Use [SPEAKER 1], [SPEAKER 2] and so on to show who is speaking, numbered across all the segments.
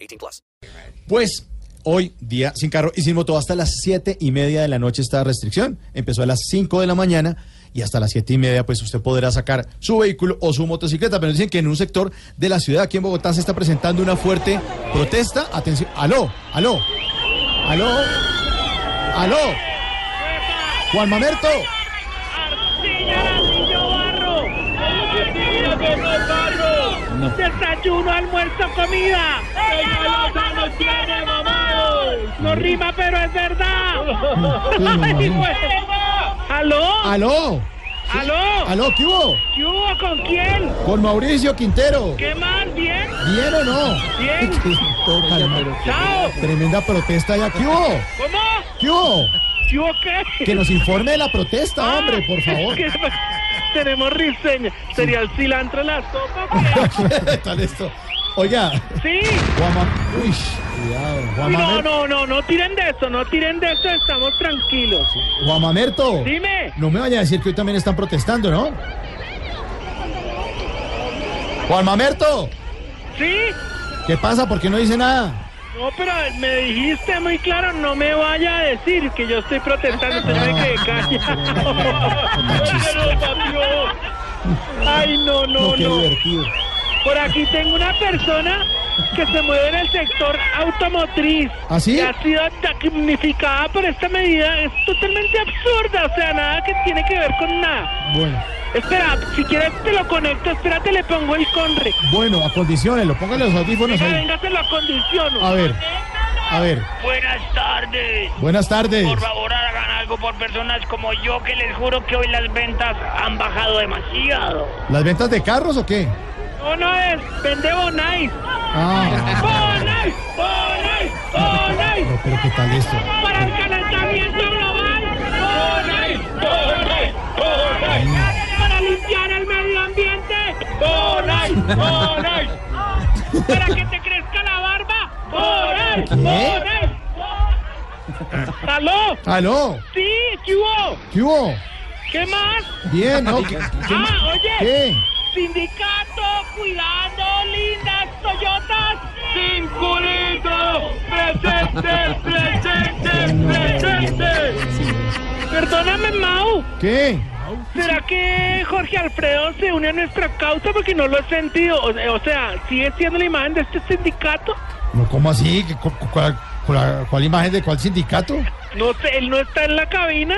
[SPEAKER 1] 18 plus.
[SPEAKER 2] Pues hoy, día sin carro y sin moto, hasta las siete y media de la noche esta restricción. Empezó a las 5 de la mañana y hasta las siete y media, pues usted podrá sacar su vehículo o su motocicleta. Pero dicen que en un sector de la ciudad, aquí en Bogotá, se está presentando una fuerte protesta. Atención, aló, aló, aló, aló. Juan Mamerto,
[SPEAKER 3] Arcilla Ladillo Barro. Arcilla Barro. Desayuno, almuerzo, comida. Ella no nos tiene mamados. No rima, pero es verdad. Ay, güey. ¿Aló?
[SPEAKER 2] aló,
[SPEAKER 3] ¿Aló?
[SPEAKER 2] aló, ¿qué hubo?
[SPEAKER 3] ¿Qué hubo? ¿Con quién?
[SPEAKER 2] Con Mauricio Quintero.
[SPEAKER 3] ¿Qué más? ¿Bien?
[SPEAKER 2] ¿Bien o no?
[SPEAKER 3] Bien.
[SPEAKER 2] Qué todo calmado.
[SPEAKER 3] ¡Chao!
[SPEAKER 2] Tremenda protesta ya, ¿qué hubo?
[SPEAKER 3] ¿Cómo?
[SPEAKER 2] ¿Qué hubo?
[SPEAKER 3] ¿Qué hubo qué?
[SPEAKER 2] Que nos informe de la protesta,
[SPEAKER 3] Ah.
[SPEAKER 2] hombre, por favor.
[SPEAKER 3] Es que Tenemos riseña. ¿Sería el cilantro en la sopa? o
[SPEAKER 2] ¿Qué tal esto? Oiga,
[SPEAKER 3] qué? Sí.
[SPEAKER 2] Juan Ma- Uy, cuidado. Juan,
[SPEAKER 3] Uy, No,
[SPEAKER 2] Mamer-
[SPEAKER 3] no, no, no tiren de eso, no tiren de eso, estamos tranquilos.
[SPEAKER 2] Juan Mamerto.
[SPEAKER 3] Dime.
[SPEAKER 2] No me vaya a decir que hoy también están protestando, ¿no? Juan Mamerto,
[SPEAKER 3] ¿Sí?
[SPEAKER 2] ¿qué pasa? ¿Por qué no dice nada?
[SPEAKER 3] No, pero me dijiste muy claro, no me vaya a decir que yo estoy protestando, usted me quede callado. Pero, papi, Ay, no, no,
[SPEAKER 2] qué
[SPEAKER 3] no.
[SPEAKER 2] divertido.
[SPEAKER 3] Por aquí tengo una persona que se mueve en el sector automotriz.
[SPEAKER 2] ¿Ah, sí?
[SPEAKER 3] Que ha sido damnificada por esta medida. Es totalmente absurda, o sea, nada que tiene que ver con nada.
[SPEAKER 2] Bueno,
[SPEAKER 3] Espera, si quieres te lo conecto, espérate, le pongo el conre.
[SPEAKER 2] bueno, acondicionenlo. Pónganle los audífonos
[SPEAKER 3] Venga,
[SPEAKER 2] ahí.
[SPEAKER 3] venga, se lo condiciono.
[SPEAKER 2] A ver, a ver.
[SPEAKER 4] Buenas tardes.
[SPEAKER 2] Buenas tardes.
[SPEAKER 4] Por favor, hagan algo por personas como yo, que les juro que hoy las ventas han bajado demasiado.
[SPEAKER 2] ¿Las ventas de carros o qué?
[SPEAKER 3] No, no es, vende Bonais.
[SPEAKER 2] Ah,
[SPEAKER 3] Bonais, Bonais, Bonais.
[SPEAKER 2] no, pero ¿qué tal esto?
[SPEAKER 3] Para el calentamiento global. Bonais, Bonais, Bonais. Para limpiar el medio ambiente. Bonais, Bonais. Para que te crezca la barba. Bonais,
[SPEAKER 2] ¿Qué?
[SPEAKER 3] Bonais. ¿Aló?
[SPEAKER 2] Aló,
[SPEAKER 3] Sí, ¿qué hubo?
[SPEAKER 2] ¿qué hubo?
[SPEAKER 3] ¿Qué más?
[SPEAKER 2] Bien, ¿no? ¿Qué,
[SPEAKER 3] Ah, oye.
[SPEAKER 2] qué?
[SPEAKER 3] Sindicato cuidando lindas Toyotas. Cinculito, presente, presente, presente. Perdóname, Mau.
[SPEAKER 2] ¿Qué?
[SPEAKER 3] ¿Será que Jorge Alfredo se une a nuestra causa porque no lo he sentido? O, o sea, ¿sigue siendo la imagen de este sindicato?
[SPEAKER 2] No, ¿Cómo así? ¿Qué- cu- cu- ¿Cuál, cuál- cuál imagen de cuál sindicato?
[SPEAKER 3] No sé, él no está en la cabina.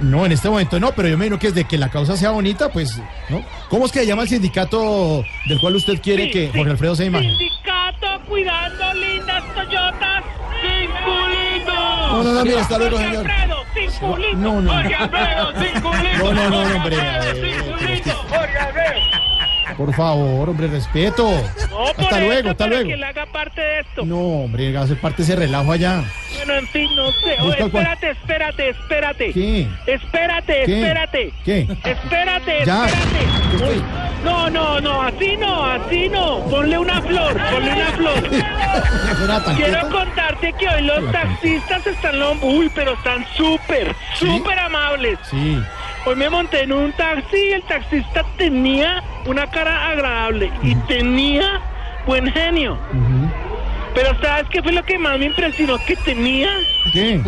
[SPEAKER 2] No, en este momento no, pero yo me imagino que desde que la causa sea bonita, pues, ¿no? ¿Cómo es que se llama el sindicato del cual usted quiere
[SPEAKER 3] Sí,
[SPEAKER 2] que
[SPEAKER 3] sí.
[SPEAKER 2] Jorge Alfredo sea imagen?
[SPEAKER 3] Sindicato cuidando lindas Toyotas. Cinculito.
[SPEAKER 2] No, no, no, mira, hasta luego, señor.
[SPEAKER 3] Alfredo, Cinculito.
[SPEAKER 2] No, no.
[SPEAKER 3] Jorge Alfredo, Cinculito.
[SPEAKER 2] No, no, no, hombre,
[SPEAKER 3] Jorge Alfredo,
[SPEAKER 2] eh, pero es
[SPEAKER 3] Cinculito.
[SPEAKER 2] que-
[SPEAKER 3] Jorge Alfredo.
[SPEAKER 2] Por favor, hombre, respeto.
[SPEAKER 3] No, por
[SPEAKER 2] hasta
[SPEAKER 3] eso,
[SPEAKER 2] luego, hasta
[SPEAKER 3] para
[SPEAKER 2] luego.
[SPEAKER 3] que él haga parte de esto.
[SPEAKER 2] No, hombre, hace parte ese relajo allá.
[SPEAKER 3] Bueno, en fin, no sé. Oh,
[SPEAKER 2] Busca cuál-
[SPEAKER 3] espérate, espérate, espérate.
[SPEAKER 2] ¿Qué?
[SPEAKER 3] Espérate,
[SPEAKER 2] ¿Qué?
[SPEAKER 3] espérate.
[SPEAKER 2] ¿Qué?
[SPEAKER 3] Espérate,
[SPEAKER 2] Ya.
[SPEAKER 3] espérate.
[SPEAKER 2] ¿Qué estoy?
[SPEAKER 3] No, no, no, así no, así no. Ponle una flor, ponle una flor.
[SPEAKER 2] ¿Es una tanqueta?
[SPEAKER 3] Quiero contarte que hoy los taxistas están, lo- uy, pero están súper, súper amables.
[SPEAKER 2] Sí.
[SPEAKER 3] Hoy me monté en un taxi y el taxista tenía una cara agradable y tenía buen genio.
[SPEAKER 2] ujú.
[SPEAKER 3] Pero ¿sabes qué fue lo que más me impresionó? Que tenía,
[SPEAKER 2] ¿Qué?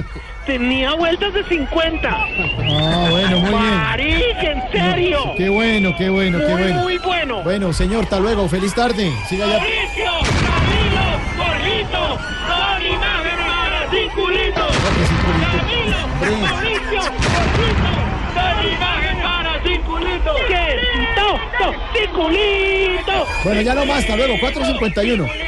[SPEAKER 3] tenía vueltas de 50.
[SPEAKER 2] Ah, bueno, muy bien.
[SPEAKER 3] Marica, en serio.
[SPEAKER 2] Qué bueno, qué bueno, qué
[SPEAKER 3] Muy,
[SPEAKER 2] bueno.
[SPEAKER 3] muy bueno.
[SPEAKER 2] Bueno, señor, hasta luego. Feliz tarde. Siga ya.
[SPEAKER 3] Mauricio, Camilo, Jorgito, son imagen para circulitos.
[SPEAKER 2] Hombre, sí, culito.
[SPEAKER 3] Camilo, Mauricio, Jorgito, son imagen para circulitos. ¿Qué? No, no, circulito.
[SPEAKER 2] Bueno, ya no más, hasta luego, 451.